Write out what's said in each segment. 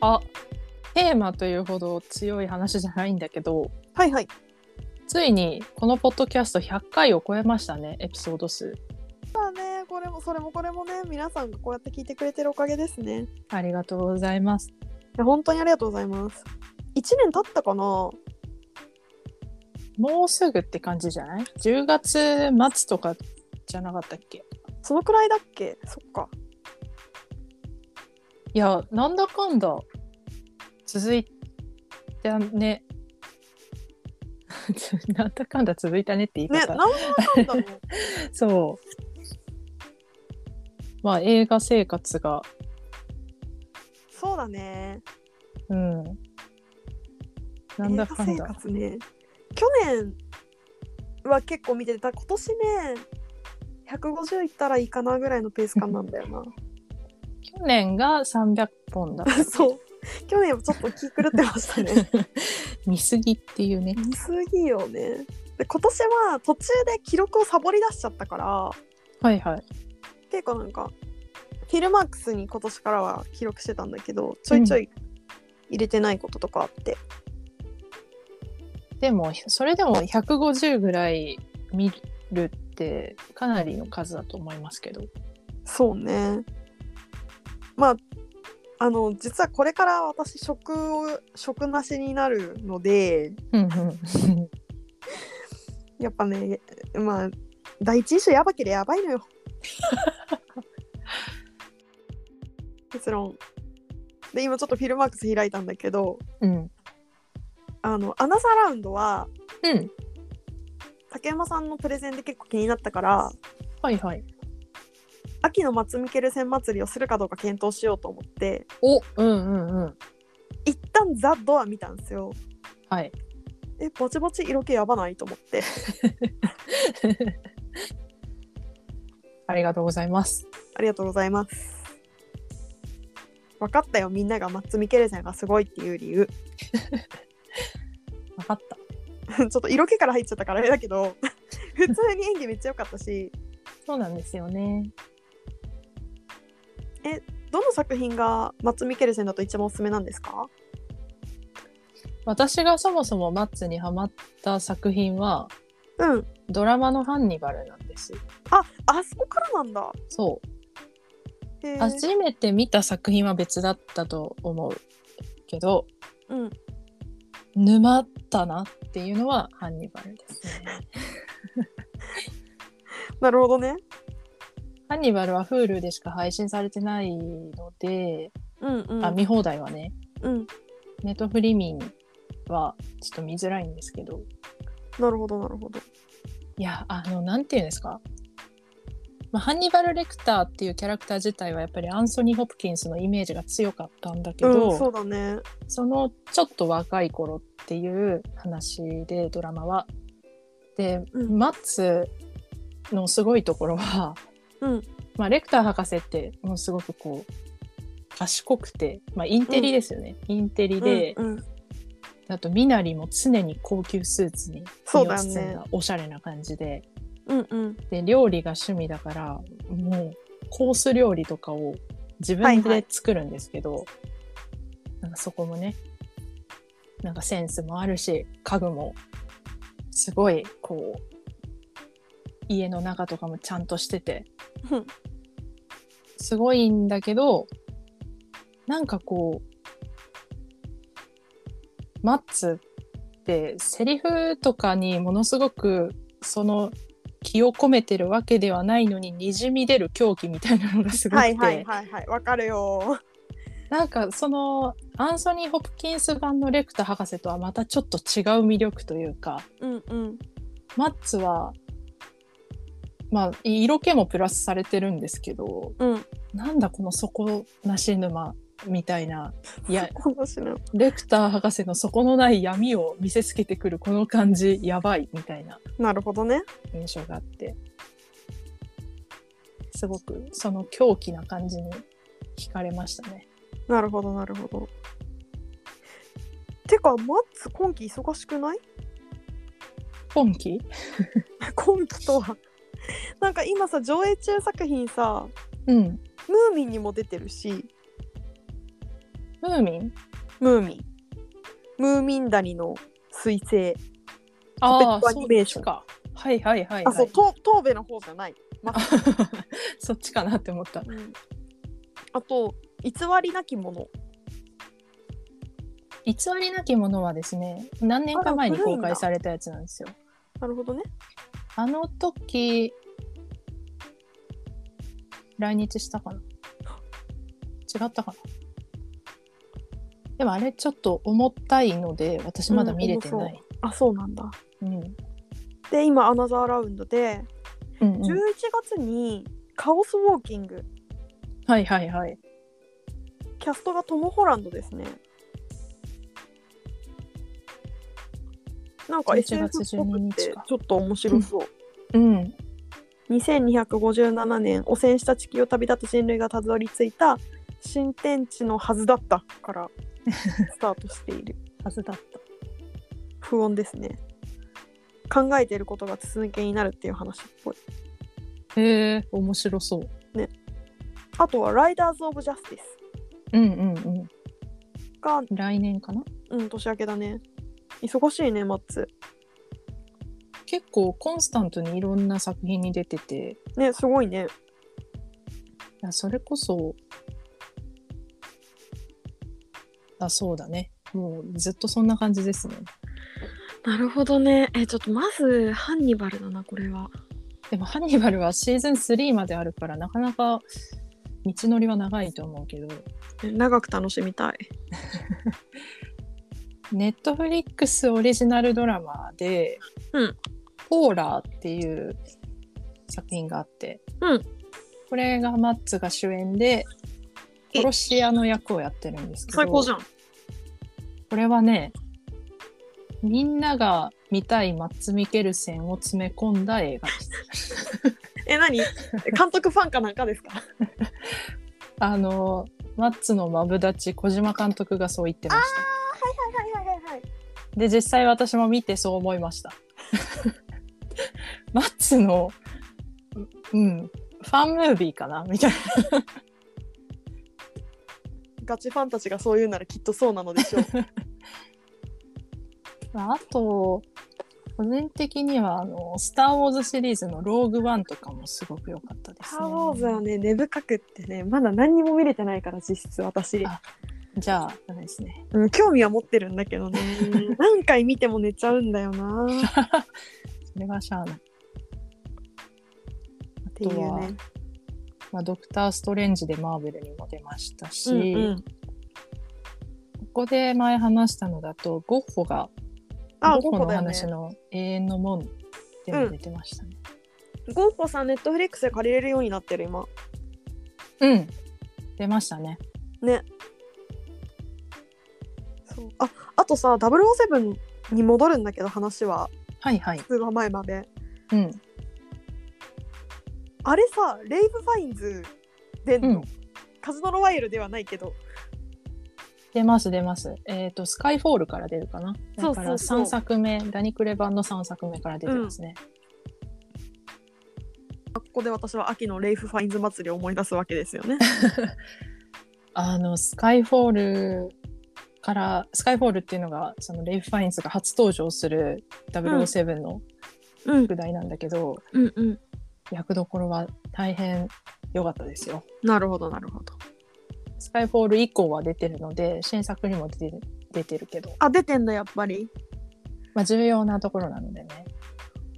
あテーマというほど強い話じゃないんだけどはいはい。ついにこのポッドキャスト100回を超えましたねエピソード数まあね、これもそれもこれもね、皆さんがこうやって聞いてくれてるおかげですね。いありがとうございますや本当にありがとうございます。一年経ったかな。もうすぐって感じじゃない ?10 月末とかじゃなかったっけそのくらいだっけ。そっか。いやなんだかんだ続いたね なんだかんだ続いたねって言いね、方、なんだかんだも うそう。まあ映画生活が、そうだね。うん。なんだかん映画だ生。活ね。去年は結構見てた。今年ね、150いったらいいかなぐらいのペース感なんだ よ去年が300本だったっけな。そう。去年はちょっと気狂ってました ね。見すぎっていうね。見すぎよね。で今年は途中で記録をサボり出しちゃったからはいはい。結構なんかフィルマークスに今年からは記録してたんだけどちょいちょい入れてないこととかあって、でも、それでも150ぐらい見るって、かなりの数だと思いますけど。そうねまああの実はこれから私食を食なしになるのでうんうん。やっぱねまあ第一印象やばければやばいのよ 結論で今ちょっとフィルマークス開いたんだけどうん。あのアナザーラウンドはうん。竹山さんのプレゼンで結構気になったからはいはい。秋の松ミケルセン祭りをするかどうか検討しようと思っておうんうんうん。一旦ザ・ドア見たんですよはい。 えぼちぼち色気やばないと思って ありがとうございます。ありがとうございます分かったよみんなが松ミケルセンがすごいっていう理由 わかった。ちょっと色気から入っちゃったからあれだけど 普通に演技めっちゃ良かったしそうなんですよね。どの作品が松ミケルセンだと一番おすすめなんですか私がそもそもマッツにハマった作品は、うんドラマのハンニバルなんです。ああそこからなんだそう。へえ初めて見た作品は別だったと思うけど、うん沼ったなっていうのはハンニバルです ね。なるほどねハンニバルは Hulu でしか配信されてないので、うんうんあ、見放題はね、うんネットフリミンはちょっと見づらいんですけど、なるほどなるほどいや、あの、なんていうんですか。まあ、ハンニバル・レクターっていうキャラクター自体はやっぱりアンソニー・ホプキンスのイメージが強かったんだけど、うん、そうだねそのちょっと若い頃っていう話でドラマは。で、うんマッツのすごいところは、うんまあ、レクター博士ってものすごくこう賢くて、まあ、インテリですよね、インテリで、うんうん、あと身なりも常に高級スーツに身そうをだ包んねだおしゃれな感じで,、うんうんで料理が趣味だからもうコース料理とかを自分はいはでい作るんですけど、なんかそこもねなんかセンスもあるし家具もすごいこう家の中とかもちゃんとしててうんすごいんだけどなんかこうマッツってセリフとかにものすごくその気を込めてるわけではないのににじみ出る狂気みたいなのがすごくはて、いはいはいはいわかるよなんかそのアンソニー・ホプキンス版のレクター博士とはまたちょっと違う魅力というかうんうんマッツはまあ色気もプラスされてるんですけどうんなんだこの底なし沼みたいないやこのしのレクター博士の底のない闇を見せつけてくるこの感じやばいみたいななるほどね印象があってすごくその狂気な感じに惹かれましたね。なるほどなるほどてかマッツ今期忙しくない 今期今期とはなんか今さ上映中作品さうんムーミンにも出てるしムーミンムーミン。ムーミン谷の彗星。ああ、ペットアニメーシそョンっちか。はいはいはい、はい。あ、そう、東東部の方じゃない。そっちかなって思った。あと、偽りなきもの。偽りなきものはですね、何年か前に公開されたやつなんですよ。なるほどね。あの時、来日したかな違ったかなでもあれちょっと重たいので、私まだ見れてない。あ、そうなんだ。うん。で、今、アナザーラウンドで、うんうん11月にカオスウォーキング、はいはいはい。キャストがトム・ホランドですね。なんか11 SF っ月ぽく12日てかちょっと面白そうう。ん。 2257年汚染した地球を旅立つ人類がたどり着いた新天地のはずだったから スタートしているはずだった。不穏ですね考えていることが続けになるっていう話っぽいへえ、面白そう。あとは「ライダーズ・オブ・ジャスティスうんうんうん。」が、来年かなうん、年明けだね忙しいねマッツ結構コンスタントにいろんな作品に出てて、いねすごいねやそれこそ、あ、そうだね。もうずっとそんな感じですね。なるほどねえちょっとまずハンニバルだなこれはでも、ハンニバルはシーズン3まであるから、なかなか道のりは長いと思うけど、長く楽しみたいネットフリックスオリジナルドラマで、うんポーラーっていう作品があって、うんこれがマッツが主演で、え殺し屋の役をやってるんですけど、最高じゃんこれはね、みんなが見たいマッツ・ミケルセンを詰め込んだ映画です。え 何監督ファンかなんかですかあの、マッツのマブダチ、小島監督がそう言ってました。はいはいはいはいで実際私も見てそう思いました マッツのううんファンムービーかなみたいなガチファンたちがそう言うならきっとそうなので しょう。まああと個人的にはあの「スター・ウォーズ」シリーズの「ローグ・ワン」とかもすごく良かったですね。ね、根深くってね、まだ何にも見れてないから、実質私あじゃあダメですね。うん、興味は持ってるんだけどね、何回見ても寝ちゃうんだよな。それはしゃあない。っていうね。まあ、ドクター・ストレンジでマーベルにも出ましたし、うんうんここで前話したのだとゴッホがあ、ゴゴッッホのホだよね。話の永遠の門でも出てましたね。ゴッホさん、ネットフリックスで借りれるようになってる、今。うん。出ましたね。そうあ、あとさ、007に戻るんだけど、話は、はいはい。数話前まで。うん。あれさ、レイブ・ファインズでんの、うんカジノロワイヤルではないけど、出ます出ます。えっ、と、スカイフォールから出るかな。そだうかそうそうら3作目、ダニクレ版の3作目から出てますね。ここで私は秋のレイフ・ファインズ祭りを思い出すわけですよね。あの、スカイフォールから、スカイフォールっていうのが、そのレイフ・ファインズが初登場する007の うん副題なんだけど、うんうん。役どころは大変良かったですよ。なるほどなるほど。スカイフォール以降は出てるので、新作にも出てる出てるけど。あ出てんだやっぱり。まあ、重要なところなのでね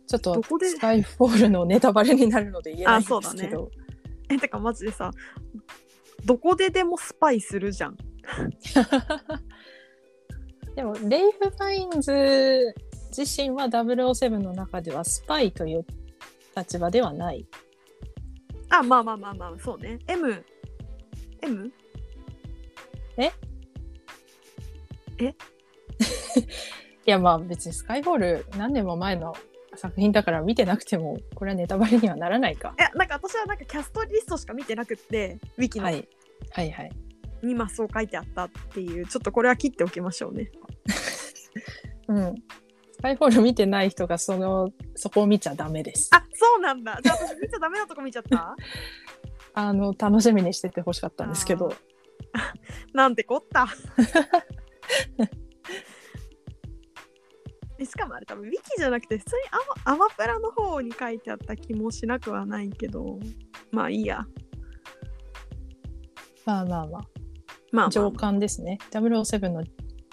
ちょっとどこでスカイフォールのネタバレになるので言えないんですけあそど、えてかマジでさどこででもスパイするじゃん。でもレイフ・ファインズ自身は007の中ではスパイという立場ではないあまあまあまあまあそうね。M M いやまあ別にスカイフォール何年も前の作品だから見てなくてもこれはネタバレにはならないか、いやなんか私はなんかキャストリストしか見てなくってウィキはのい、はいはいにまあそう書いてあったっていう、ちょっとこれは切っておきましょうね。うんスカイフォール見てない人がそのそこを見ちゃダメですあそうなんだ。じゃあ私見ちゃダメなとこ見ちゃった。あの楽しみにしててほしかったんですけどあ なんてこった えしかもあれ多分ウィキじゃなくて普通にアマアマプラの方に書いてあった気もしなくはないけどまあいいやまあまあままああ、ま上官ですね007のあ、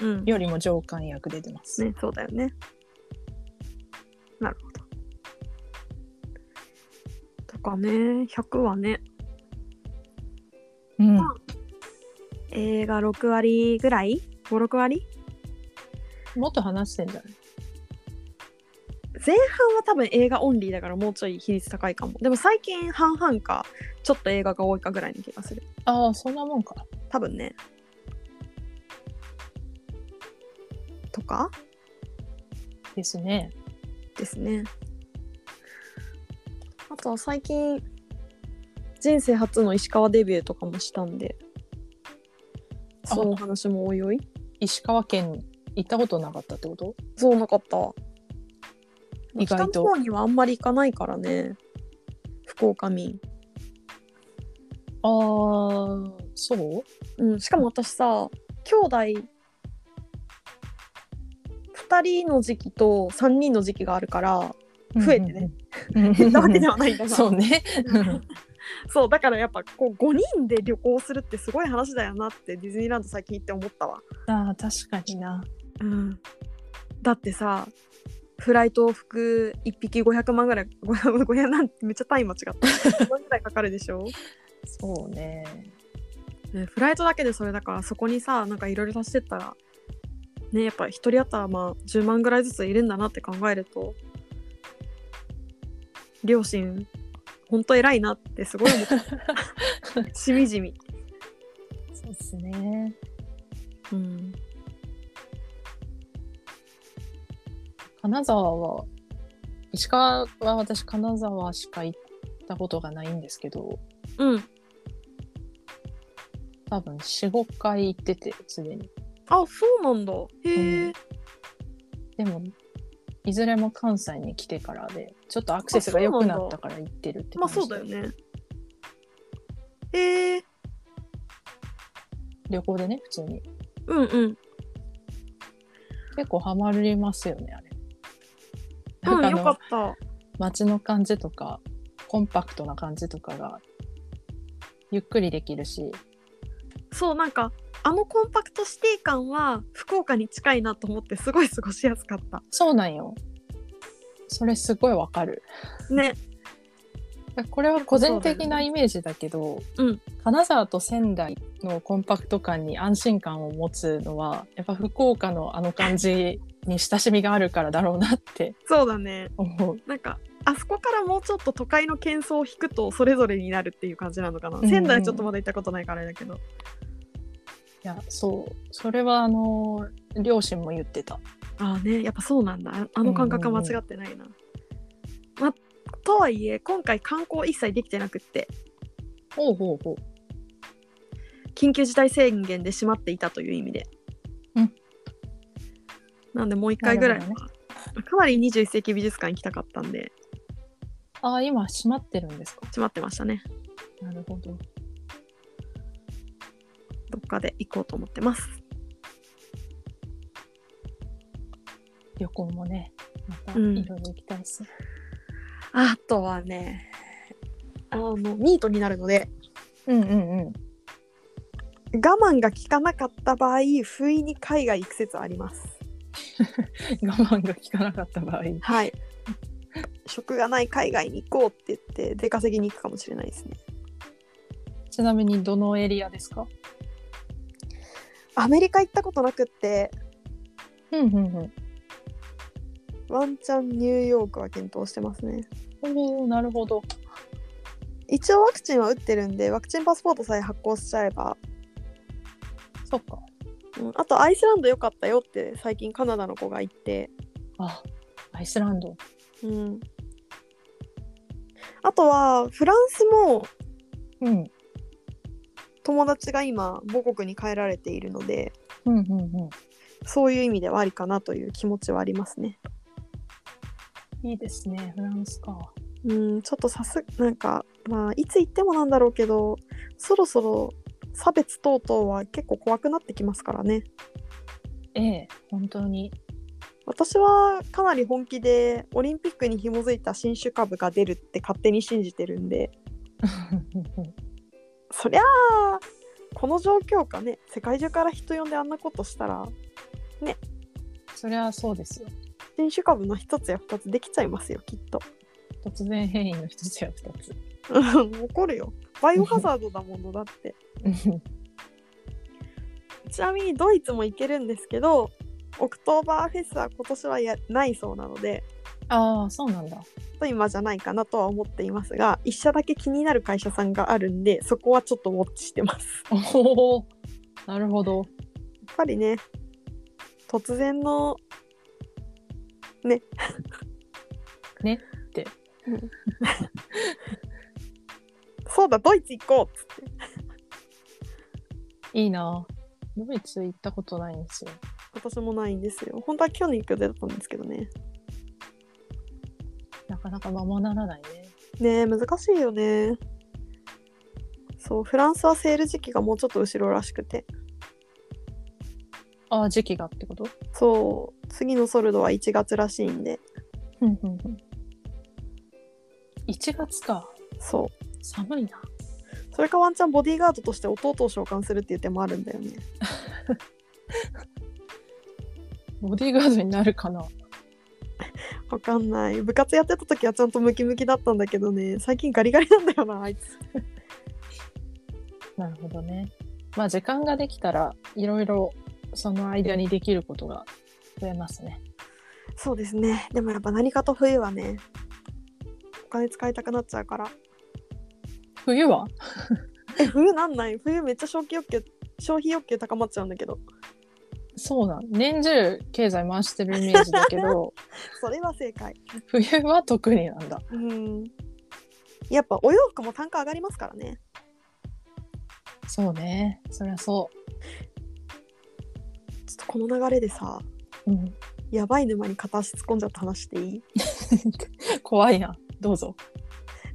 うんよりも上官役出てます、ね、そうだよね。なるほど。とかね、100はね、うんま映画6割ぐらい ?5、6割もっと話してんじゃない前半は多分映画オンリーだからもうちょい比率高いかも。でも最近半々か、ちょっと映画が多いかぐらいの気がする。ああそんなもんか多分ね。とかですねですね。あとは最近人生初の石川デビューとかもしたんであその話もおいおい石川県行ったことなかったってことそうなかった意外と北の方にはあんまり行かないからね福岡民ああそううんしかも私さ兄弟2人の時期と3人の時期がある から増えてね、うんうんうん。減ったわけではないんだ がそうね。 そうだからやっぱこう5人で旅行するってすごい話だよなってディズニーランド最近行って思ったわ、ああ確かにな。うん、だってさフライト往復1匹500万ぐらい500 500なんてめっちゃ単位間違 った500万ぐらいかかるでしょ、そうね。ねフライトだけでそれだからそこにさなんかいろいろ足してったらねやっぱ1人当たりまあ10万ぐらいずついるんだなって考えると両親ほんと偉いなってすごい思ったしみじみそうですね。うん金沢は石川は私金沢しか行ったことがないんですけど、うん多分四五回行っててすでに。あそうなんだうへえんでもいずれも関西に来てからでちょっとアクセスが良くなったから行ってるってま感あじそうだよねへえ旅行でね普通にうんうん結構ハマりますよねあれうなんんかあよのかった街の感じとかコンパクトな感じとかがゆっくりできるしそうなんかあのコンパクトシティ感は福岡に近いなと思ってすごい過ごしやすかったそうなんよそれすごいわかるねこれは個人的なイメージだけどうん金沢と仙台のコンパクト感に安心感を持つのはやっぱ福岡のあの感じに親しみがあるからだろうなってそうだね思うなんかあそこからもうちょっと都会の喧騒を引くとそれぞれになるっていう感じなのかな、うんうん仙台はちょっとまだ行ったことないからあれだけどいやそうそれはあの両親も言ってたああねやっぱそうなんだああの感覚は間違ってないな、まとはいえ今回観光一切できてなくってほうほうほ緊急事態宣言で閉まっていたという意味で。うんなんでもう一回ぐらいは、なるかなり21世紀美術館行きたかったんでうああ今閉まってるんですか閉まってましたね。なるほどどっかで行こうと思ってます。旅行もねまたうんいろいろ行きたいですね、あとはねあのニートになるのでうん、うんうん我慢が効かなかった場合不意に海外行く説あります。我慢が効かなかった場合はい。職がない海外に行こうって言って出稼ぎに行くかもしれないですね。ちなみにどのエリアですかアメリカ行ったことなくってうんうんワンチャンニューヨークは検討してますね。うんおおなるほど一応ワクチンは打ってるんでワクチンパスポートさえ発行しちゃえば、そっかうんあとアイスランド良かったよって最近カナダの子が言って、あアイスランドうん、あとはフランスもうん友達が今母国に帰られているのでうんうんうそういう意味ではありかなという気持ちはありますね。んいいですねフランスかうん、ちょっとさすなんかまあいつ行ってもなんだろうけどそろそろ差別等々は結構怖くなってきますからねええ本当に私はかなり本気でオリンピックに紐づいた新種株が出るって勝手に信じてるんでそりゃあこの状況下ね世界中から人呼んであんなことしたら そりゃそうですよ新種株の一つや二つできちゃいますよきっと 突然変異の一つや二つ怒るよバイオハザードだものだってちなみにドイツも行けるんですけどオクトーバーフェスは今年はやないそうなので ああそうなんだちょっと今じゃないかなとは思っていますが一社だけ気になる会社さんがあるんでそこはちょっとウォッチしてますおおなるほどやっぱりね突然のねねって うんそうだドイツ行こうっつっていいなドイツ行ったことないんですよ私もないんですよ本当は去年行く予定だったんですけどねなかなかままならないねねえ難しいよねそうフランスはセール時期がもうちょっと後ろらしくてああ時期がってことそう次のソルドは1月らしいんで1月かそう寒いなそれかワンチャンボディーガードとして弟を召喚するっていう手もあるんだよねボディーガードになるかなわかんない部活やってた時はちゃんとムキムキだったんだけどね最近ガリガリなんだよなあいつなるほどねまあ時間ができたらいろいろその間にできることが増えますねそうですねでもやっぱ何かと冬はねお金使いたくなっちゃうから冬はえ冬なんない冬めっちゃ消費欲求消費欲求高まっちゃうんだけどそうなん年中経済回してるイメージだけどそれは正解冬は特になんだうんやっぱお洋服も単価上がりますからねそうねそりゃそちょっとこの流れでさう、うん、 やばい沼に片足突っ込んじゃった話していい怖いなどうぞ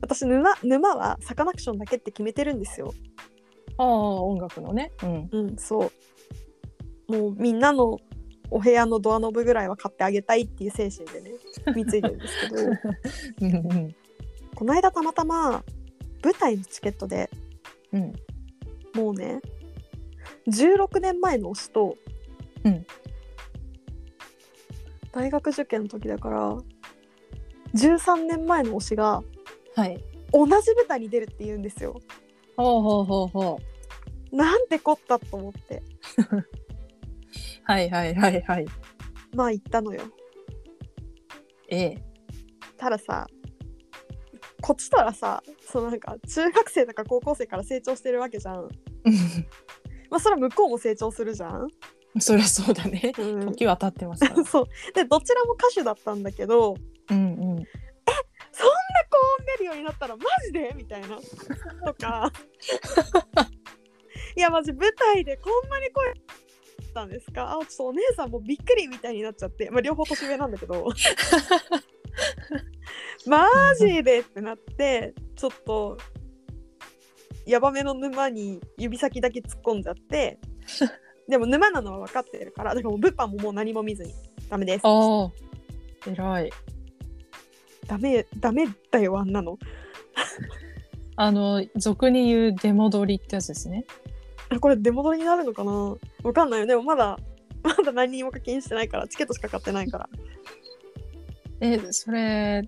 私沼沼はサカナクションだけって決めてるんですよああ音楽のねうんうん、そう。もうみんなのお部屋のドアノブぐらいは買ってあげたいっていう精神でね、貢いでるんですけど、うんうんこの間たまたま舞台のチケットでうんもうね、16年前の推しと、うん大学受験の時だから、13年前の推しがはい同じ舞台に出るって言うんですよ。ほうほうほうほうなんてこったと思って、はいはいはいはいまあ行ったのよ。ええ たださこっちとらさそのなんか中学生とか高校生から成長してるわけじゃんまあそれは向こうも成長するじゃん、そりゃそうだねうん、時は経ってますからそうでどちらも歌手だったんだけどうんうんそんな高音出るようになったらマジでみたいなとかいやマジ舞台でこんなに声だったんですかあちょっとお姉さんもびっくりみたいになっちゃって、まあ、両方年上なんだけどマジでってなってちょっとヤバめの沼に指先だけ突っ込んじゃってでも沼なのは分かってるからだからもう物販ももう何も見ずにダメですああ偉いダメダメだよあんなのあの俗に言う出戻りってやつですねあこれ出戻りになるのかなわかんないよでもまだ まだ何にも課金してないからチケットしか買ってないからえそれ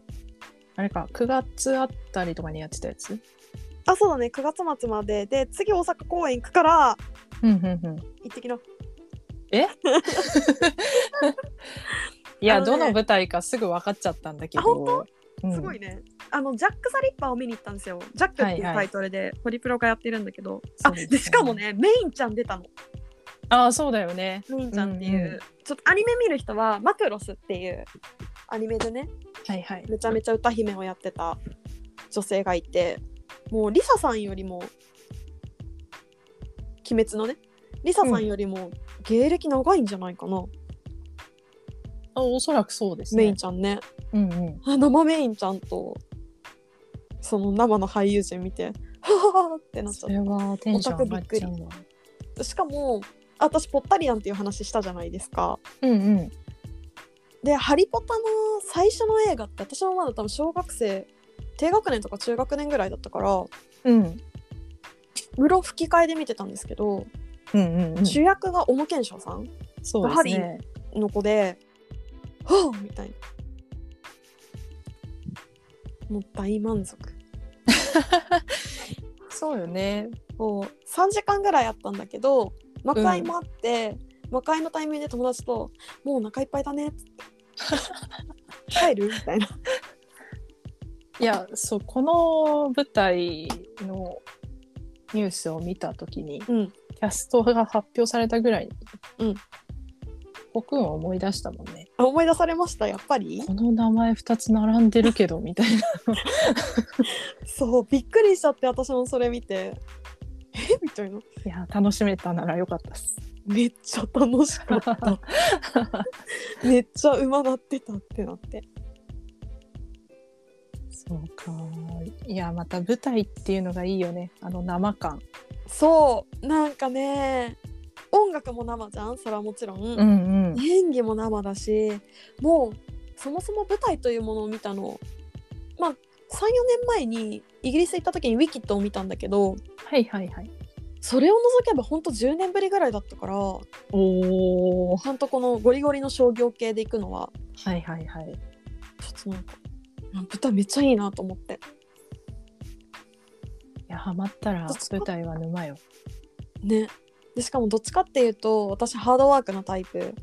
あれか9月あったりとかにやってたやつあそうだね9月末までで次大阪公演行くからうんうんうん行ってきないや、あのねどの舞台かすぐ分かっちゃったんだけどあ本うんすごいね、あのジャック・ザ・リッパーを見に行ったんですよジャックっていうタイトルで、ホリプロがやってるんだけどそうあですねでしかもねメインちゃん出たのああそうだよねメインちゃんっていう、うんうんちょっとアニメ見る人はマクロスっていうアニメでねはいはいめちゃめちゃ歌姫をやってた女性がいてもうリサさんよりも鬼滅のねリサさんよりも芸歴長いんじゃないかな、あおそらくそうですねメインちゃんねうんうんあ生メインちゃんとその生の俳優陣見てはあってなっちゃそっれはテンション上がっちゃうわ。たしかもあ私ぽったりなんていう話したじゃないですかうんうん。で「ハリポタ」の最初の映画って私もまだ多分小学生低学年とか中学年ぐらいだったからうん。無論吹き替えで見てたんですけど、うんうんうん。主役が小野賢章さんそうでハすリね。の子で「はあ!」みたいなもう大満足そうよね。こう3時間ぐらいあったんだけど魔界もあって、魔界のタイミングで友達と「もうお腹いっぱいだね」っつって帰る?」みたいないや、そう、この舞台のニュースを見たときに、うんキャストが発表されたぐらいに、うん。僕を思い出したもんね。あ思い出されましたやっぱりこの名前二つ並んでるけど、みた いな。そうびっくりしちゃって私もそれ見て「えみたいないや、楽しめたならよかったっす。めっちゃ楽しかっためっちゃ馬なってたってなってそうか。いや、また舞台っていうのがいいよね。あの生感。そうなんかね音楽も生じゃんそれはもちろん、んうん。演技も生だしもうそもそも舞台というものを見たのまあ34年前にイギリス行った時に「ウィキッド」を見たんだけどはいはいはい。それを除けばほんと10年ぶりぐらいだったからほおお。んとこのゴリゴリの商業系で行くのははいはいはい。ちょっとなんかあ舞台めっちゃいいなと思っていや、ハマったら舞台は沼よ。ねでしかもどっちかっていうと私ハードワークのタイプ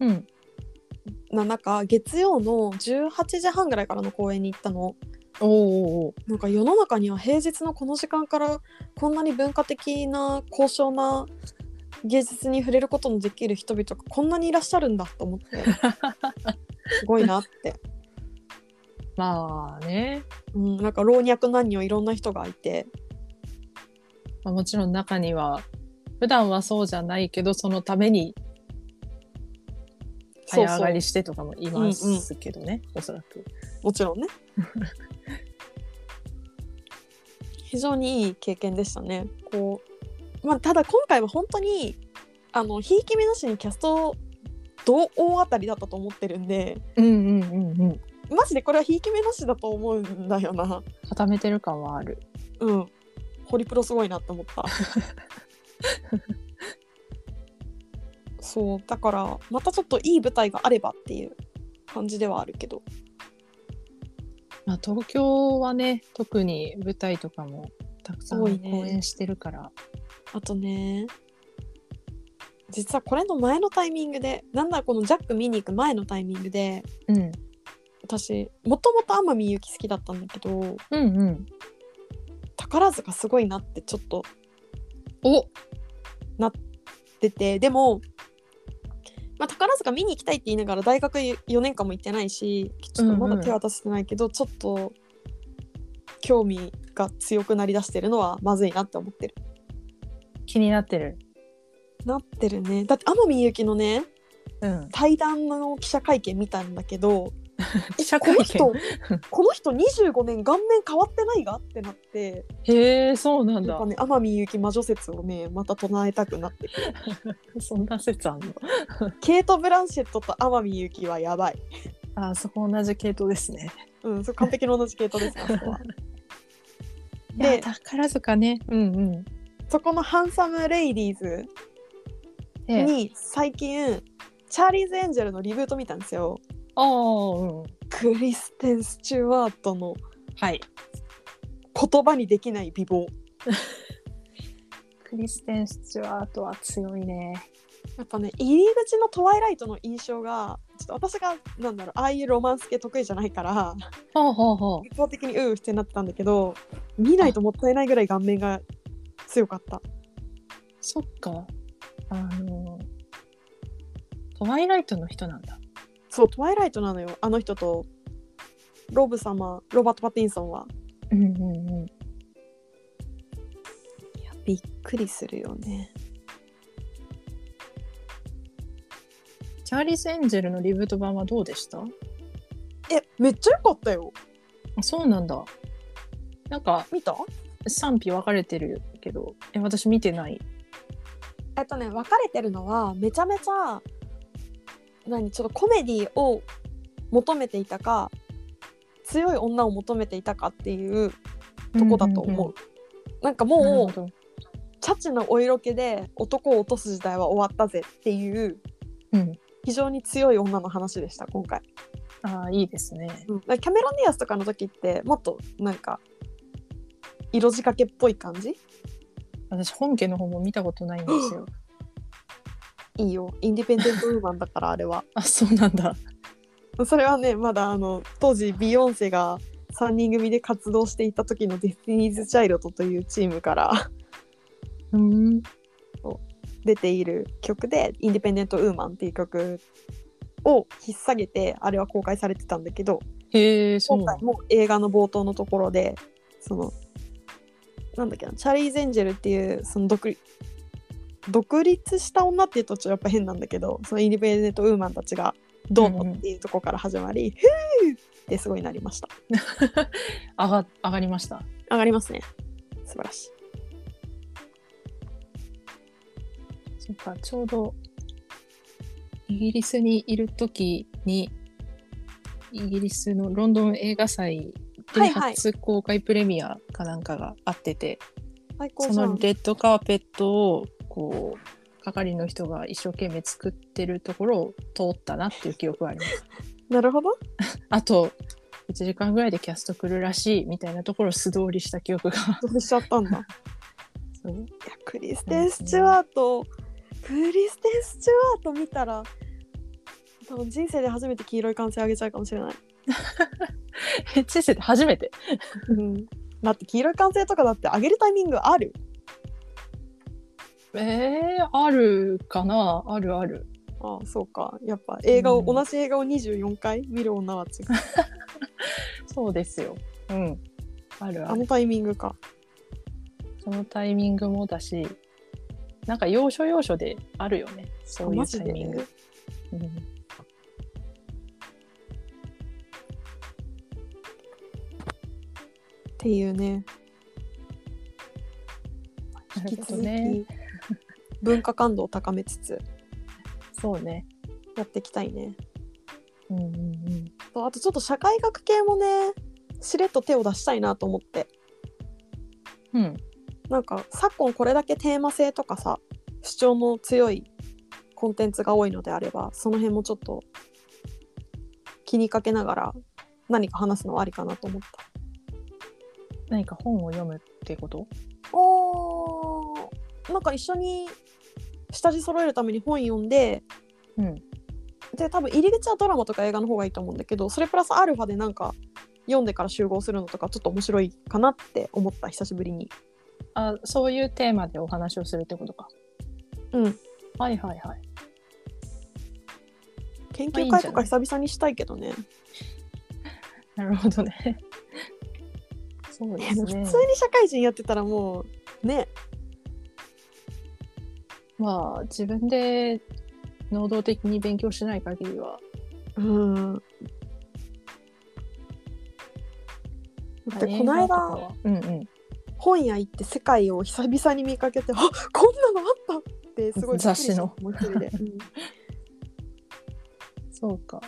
うん。な中月曜の18時半ぐらいからの公演に行ったのおお。なんか世の中には平日のこの時間からこんなに文化的な高尚な芸術に触れることのできる人々がこんなにいらっしゃるんだと思ってすごいなって、まあね。うん、なんか老若男女いろんな人がいてまあ、もちろん中には、普段はそうじゃないけど、そのためにそ早う上そがうりしてとかもいますけどね、おそらく。もちろんね非常にいい経験でしたねこう、まあ、ただ今回は本当にあのひいき目なしにキャスト同大当たりだったと思ってるんでうんうんうんうん。マジでこれはひいき目なしだと思うんだよな。固めてる感はある。うん。ホリプロすごいなって思 った。そう、だから、またちょっといい舞台があればっていう感じではあるけど。まあ、東京はね、特に舞台とかもたくさん多いね公演してるから。あとね、実はこれの前のタイミングで、なんだこのジャック見に行く前のタイミングで、うん。私、もともと天海祐希好きだったんだけど、うんうん。宝塚すごいなってちょっとお出て、でも、まあ、宝塚見に行きたいって言いながら大学4年間も行ってないしちょっとまだ手は出せてないけど、ちょっと興味が強くなりだしてるのはまずいなって思ってる気になってる。なってるねだって天海祐希のねうん。対談の記者会見見たんだ けど記者こ会の見人この人25年顔面変わってないがってなってへえ、そうなんなんだか。ね天海祐希魔女説をねまた唱えたくなってくるそんな説あんの。ケイト・ブランシェットと天海祐希はやばいあ、そこ同じ系統ですね。うん、そう完璧に同じ系統ですあそ こはいやで宝塚ね。うんうん。そこのハンサム・レイディーズええ、に最近チャーリーズ・エンジェルのリブート見たんですよああ、うん。クリステン・スチュワートのはい。言葉にできない美貌クリステン・スチュワートは強いね。やっぱね入り口のトワイライトの印象がちょっと私がなんだろうああいうロマンス系得意じゃないからほうほうほう。一方的にうーうーしてなってたんだけど見ないともったいないぐらい顔面が強かったそっか。あの、トワイライトの人なんだ。そうトワイライトなのよあの人とロブ様ロバート・パティンソンはうんうんうん。いやびっくりするよねチャーリーズ・エンジェルのリブート版はどうでしたえめっちゃ良かったよあ、そうなんだ。なんか、見た賛否分かれてるけどえ私見てないえっとね分かれてるのはめちゃめちゃ何ちょっとコメディを求めていたか強い女を求めていたかっていうとこだと思う,、なんかうんうんうんもなるほうどチャチのお色気で男を落とす時代は終わったぜっていううん非常に強い女の話でした今回、ああいいですねうんキャメロン・ディアスとかの時ってもっとなんか色仕掛けっぽい感じ私本家の方も見たことないんです よいいよインディペンデントウーマンだからあれは あそうなんだそれはねまだあの当時ビヨンセが3人組で活動していた時のデスティニーズ・チャイルドというチームから うん出ている曲で「インディペンデント・ウーマン」っていう曲を引っ提げてあれは公開されてたんだけどへえそう今なん回だも映画の冒頭のところでそのなんだっけなチャーリー・ゼンジェルっていうその独立独立した女っていうとちょっとやっぱ変なんだけどそのインディペンデント・ウーマンたちがどうのっていうところから始まり「ふー!」ってすごいなりました。上が上がりました上がりますね素晴らしいそっかちょうどイギリスにいる時にイギリスのロンドン映画祭はでいはい初公開プレミアかなんかがあってて、最高じそゃのんレッドカーペットをこう係の人が一生懸命作ってるところを通ったなっていう記憶はあります。 なるほどあと1時間ぐらいでキャスト来るらしいみたいなところを素通りした記憶がどうしちゃったんだいや そうクリステン・スチュワートクリステン・スチュワート見たら多分人生で初めて黄色い歓声あげちゃうかもしれない、人生で初めてうん、だって黄色い歓声とかだってあげるタイミングあるえー、あるかなあるあるああそうかやっぱ映画を、うん同じ映画を24回見る女は違うそうですよ。うん。あるあある。のタイミングかそのタイミングもだし、なんか要所要所であるよね。そういマうジタでイミング。うんっていうねなる引きほど続ね。き文化感度を高めつつそうね。やっていきたいねうんうんうん。そうあとちょっと社会学系もねしれっと手を出したいなと思ってうん。なんか昨今これだけテーマ性とかさ主張の強いコンテンツが多いのであればその辺もちょっと気にかけながら何か話すのはありかなと思った。何か本を読むってことおーなんか一緒に下地揃えるために本読んでうん。で多分入り口はドラマとか映画の方がいいと思うんだけどそれプラスアルファでなんか読んでから集合するのとかちょっと面白いかなって思った久しぶりに。あ、そういうテーマでお話をするってことか。うんはいはいはい。研まあいい究んじゃな会いとか久々にしたいけどね。なるほど ね。そうです普通ねに。社会人やってたらもうねまあ、自分で能動的に勉強しない限りは、うん。だってこの映画とか間はうんうん。本屋行って世界を久々に見かけて「あこんなのあった!」ってすごいびっくりした雑誌のもう一人で、うんそうか。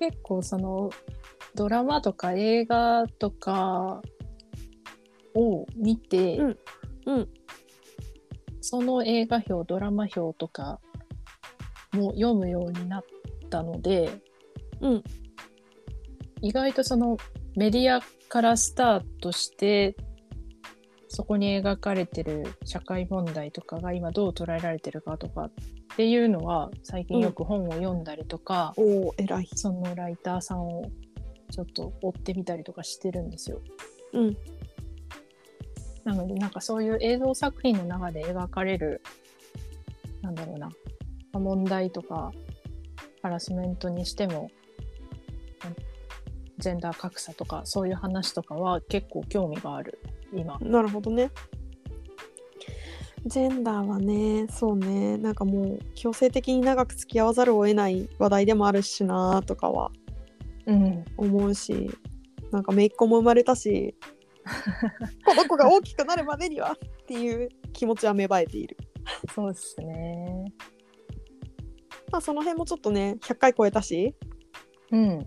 結構そのドラマとか映画とかを見て、うんうんその映画表ドラマ表とかも読むようになったので、うん意外とそのメディアからスタートしてそこに描かれてる社会問題とかが今どう捉えられてるかとかっていうのは最近よく本を読んだりとか、おお偉い。そのライターさんをちょっと追ってみたりとかしてるんですよ。うんなのでなんかそういう映像作品の中で描かれるなんだろうな問題とかハラスメントにしてもジェンダー格差とかそういう話とかは結構興味がある今。なるほどね。ジェンダーはねそうねなんかもう強制的に長く付き合わざるを得ない話題でもあるしなとかはうん、思うしなんか姪っ子も生まれたしこの子が大きくなるまでにはっていう気持ちは芽生えている、そうですね。まあ、その辺もちょっとね100回超えたしうん。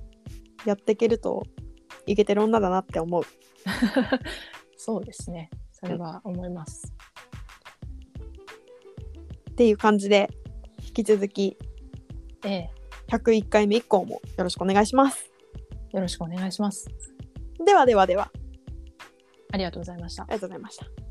やっていけるといけてる女だなって思うそうですね。それは思います。っていう感じで引き続きええ、 101回目以降もよろしくお願いしますよろしくお願いします。ではではではありがとうございましたあ。りがとうございました